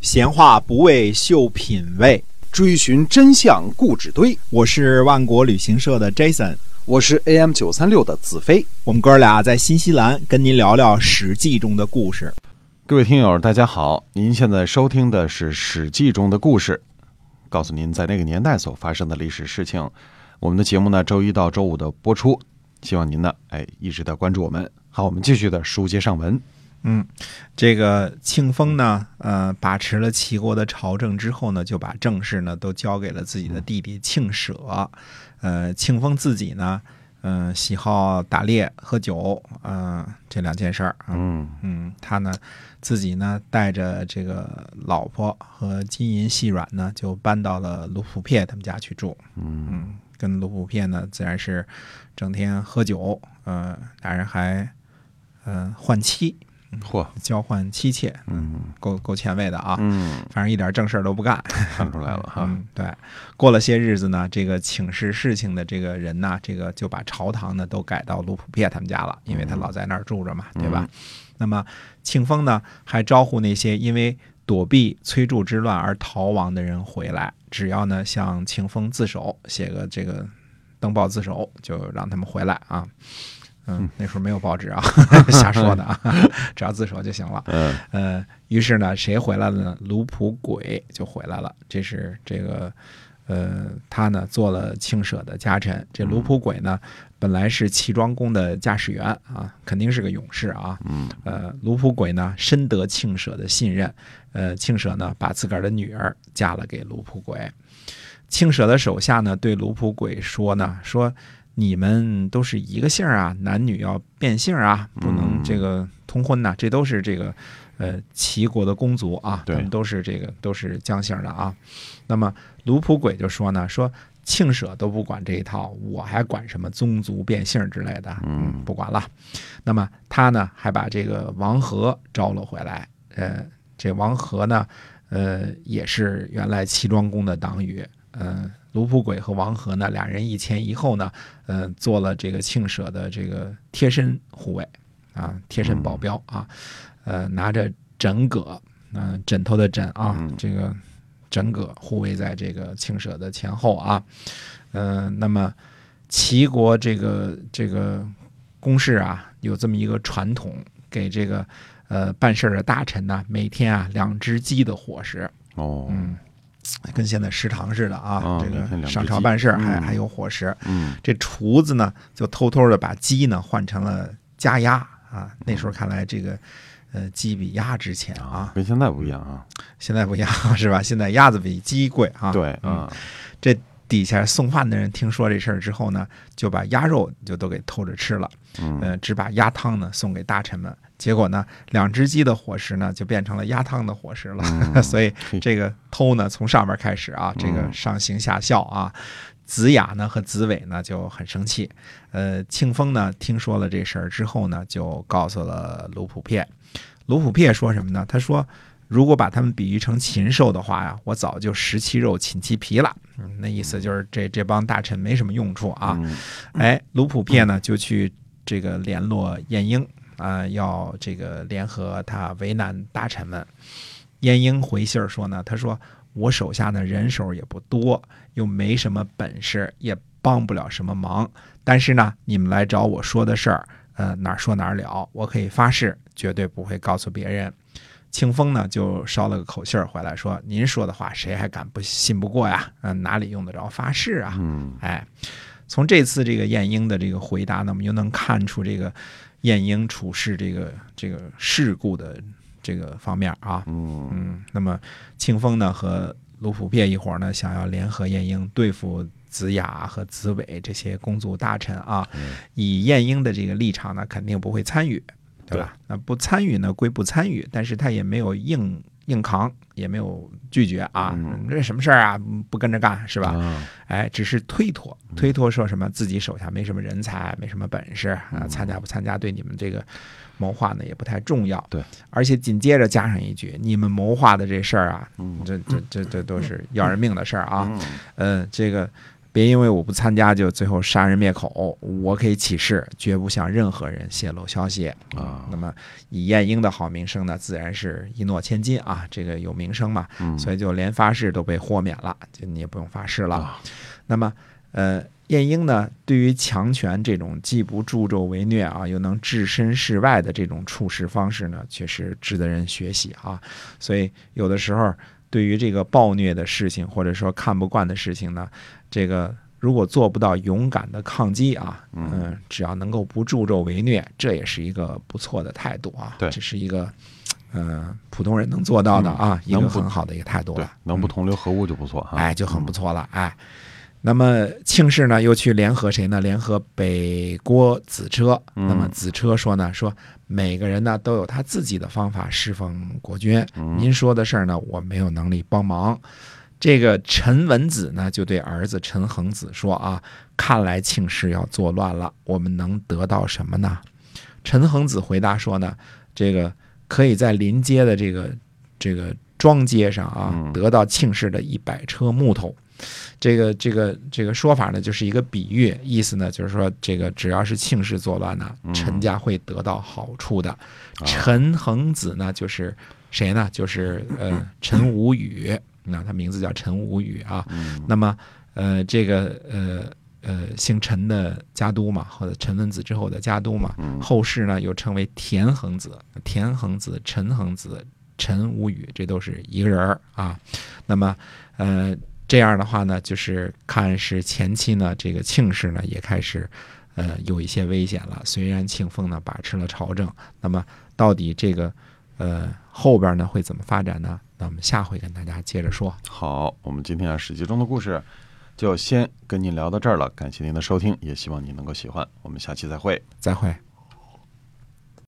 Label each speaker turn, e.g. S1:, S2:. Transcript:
S1: 闲话不为秀品味，
S2: 追寻真相故纸堆。
S1: 我是万国旅行社的 Jason，
S2: 我是 AM 九三六的子飞。
S1: 我们哥俩在新西兰跟您聊聊《史记》中的故事。
S3: 各位听友，大家好，您现在收听的是《史记》中的故事，告诉您在那个年代所发生的历史事情。我们的节目呢，周一到周五的播出，希望您呢，哎，一直的关注我们。好，我们继续的书接上文。
S1: 嗯，这个庆丰呢，呃，把持了齐国的朝政之后呢，就把政事呢都交给了自己的弟弟庆舍。呃，庆丰自己呢，嗯、喜好打猎、喝酒，嗯、这两件事儿。嗯
S3: 嗯，
S1: 嗯，他呢自己呢带着这个老婆和金银细软呢，就搬到了卢普撇他们家去住。
S3: 嗯
S1: 跟卢普撇呢，自然是整天喝酒，呃，俩人还呃换妻，
S3: 嚯，
S1: 交换妻妾，
S3: 嗯
S1: 够够前卫的啊。
S3: 嗯，
S1: 反正一点正事儿都不干，
S3: 看出来了哈。
S1: 嗯，对。过了些日子呢，这个请示事情的这个人呢，这个就把朝堂呢都改到卢普撇他们家了，因为他
S3: 嗯
S1: 老在那儿住着嘛，对吧？那么庆丰呢，还招呼那些因为躲避崔杼之乱而逃亡的人回来，只要呢向庆丰自首，写个这个登报自首，就让他们回来啊。 嗯，那时候没有报纸啊， 瞎说的啊， 只要自首就行了。
S3: 嗯
S1: 呃，于是呢，谁回来了呢？卢普轨就回来了。这是这个，呃，他呢做了庆舍的家臣。这卢普轨呢，本来是齐庄公的驾驶员啊，肯定是个勇士啊。
S3: 嗯，
S1: 呃，卢普轨呢深得庆舍的信任，呃，庆舍呢把自个儿的女儿嫁了给卢普轨。庆舍的手下呢对卢普轨说呢，说你们都是一个姓儿啊，男女要变姓儿啊，不
S3: 嗯
S1: 能这个通婚呐、这都是这个呃齐国的公族啊，他
S3: 对
S1: 们都是这个都是姜姓儿的啊。那么卢普轨就说呢，说庆舍都不管这一套，我还管什么宗族变姓儿之类的，
S3: 嗯
S1: 不管了。那么他呢，还把这个王和招了回来。呃，这王和呢，呃，也是原来齐庄公的党羽。呃，卢普轨和王和呢，俩人一前一后呢，呃，做了这个庆舍的这个贴身护卫啊，贴身保镖啊，呃，拿着枕戈，嗯、枕头的枕啊，
S3: 嗯
S1: 这个枕戈护卫在这个庆舍的前后啊，呃，那么齐国这个这个公室啊，有这么一个传统，给这个呃办事儿的大臣呢，每天啊两只鸡的伙食，
S3: 哦，
S1: 嗯，跟现在食堂似的啊，
S3: 哦每天
S1: 这
S3: 两
S1: 个
S3: 只
S1: 上朝
S3: 鸡
S1: 办事儿还、
S3: 嗯
S1: 还有伙食，
S3: 嗯
S1: 这厨子呢就偷偷的把鸡呢换成了家鸭啊，那时候看来这个。呃，鸡比鸭值钱啊，
S3: 跟现在不一样啊。
S1: 现在不一样是吧？现在鸭子比鸡贵啊。
S3: 对
S1: 嗯
S3: 啊，
S1: 这底下送饭的人听说这事儿之后呢，就把鸭肉就都给偷着吃了，嗯、只把鸭汤呢送给大臣们。结果呢，两只鸡的伙食呢就变成了鸭汤的伙食了， 所以
S3: 嘿
S1: 这个偷呢从上面开始啊，这个上行下效啊。子雅呢和子伟呢就很生气，呃，庆丰呢听说了这事儿之后呢，就告诉了卢普撇。卢普撇说什么呢？他说，如果把他们比喻成禽兽的话呀，我早就食其肉，寝其皮了。嗯，那意思就是这这帮大臣没什么用处啊。
S3: 嗯
S1: 哎，卢普撇呢就去这个联络晏婴啊、要这个联合他为难大臣们。晏婴回信儿说呢，他说我手下呢人手也不多，又没什么本事，也帮不了什么忙。但是呢，你们来找我说的事儿，呃，哪儿说哪儿了，我可以发誓，绝对不会告诉别人。庆丰呢就捎了个口信儿回来，说：“您说的话，谁还敢不信不过呀？嗯、哪里用得着发誓啊？”
S3: 嗯
S1: 哎，从这次这个晏婴的这个回答呢，我们就能看出这个晏婴处事这个这个事故的这个方面啊。
S3: 嗯
S1: 嗯，那么庆丰呢和卢普别一伙呢，想要联合晏婴对付子雅和子伟这些公族大臣啊。
S3: 嗯
S1: 以晏婴的这个立场呢，肯定不会参与，对吧？那不参与呢归不参与，但是他也没有硬硬扛，也没有拒绝啊。
S3: 嗯
S1: 这什么事儿啊？不跟着干是吧？
S3: 啊，
S1: 哎，只是推脱，
S3: 嗯
S1: 推脱说什么自己手下没什么人才，没什么本事啊，
S3: 嗯
S1: 参加不参加对你们这个谋划呢也不太重要。
S3: 对，
S1: 而且紧接着加上一句，你们谋划的这事儿啊，
S3: 嗯
S1: 这这这这都是要人命的事儿啊。
S3: 嗯
S1: 呃，这个别因为我不参加就最后杀人灭口。我可以起誓，绝不向任何人泄露消息。
S3: 啊
S1: 那，么以晏婴的好名声呢，自然是一诺千金啊，这个有名声嘛，
S3: 嗯，
S1: 所以就连发誓都被豁免了，就你也不用发誓了。
S3: 啊
S1: 那么，呃，晏婴呢，对于强权这种既不助纣为虐啊，又能置身事外的这种处事方式呢，确实值得人学习啊。所以，有的时候对于这个暴虐的事情，或者说看不惯的事情呢，这个如果做不到勇敢的抗击啊，
S3: 嗯
S1: 嗯，只要能够不助纣为虐，这也是一个不错的态度啊。
S3: 对
S1: 这是一个。呃，普通人能做到的啊，一
S3: 嗯能
S1: 个
S3: 不
S1: 很好的一个态度
S3: 对啊嗯
S1: 了，，
S3: 能不同流合污就不错哈。
S1: 哎，就很不错了，哎。那么庆氏呢，又去联合谁呢？联合北郭子车。那么
S3: 嗯
S1: 子车说呢，说每个人呢都有他自己的方法侍奉国君。
S3: 嗯
S1: 您说的事儿呢，我没有能力帮忙。这个陈文子呢，就对儿子陈恒子说啊，看来庆氏要作乱了，我们能得到什么呢？陈恒子回答说呢，这个可以在临街的这个这个庄街上啊
S3: 嗯，
S1: 得到庆氏的一百车木头。这个这个这个说法呢，就是一个比喻，意思呢就是说，这个只要是庆氏作乱呢，
S3: 嗯
S1: 陈家会得到好处的。陈恒子呢，就是谁呢？就是呃陈无宇，那他名字叫陈无宇啊。那么呃这个呃呃姓陈的家督嘛，或者陈文子之后的家督嘛，后世呢又称为田恒子、田恒子、陈恒子、陈无宇，这都是一个人儿啊。那么呃这样的话呢，就是看是前期呢这个庆氏呢也开始。呃，有一些危险了。虽然庆丰呢把持了朝政，那么到底这个呃后边呢会怎么发展呢？那我们下回跟大家接着说。
S3: 好，我们今天啊《史记》中的故事就先跟您聊到这儿了，感谢您的收听，也希望您能够喜欢，我们下期再会。
S1: 再会。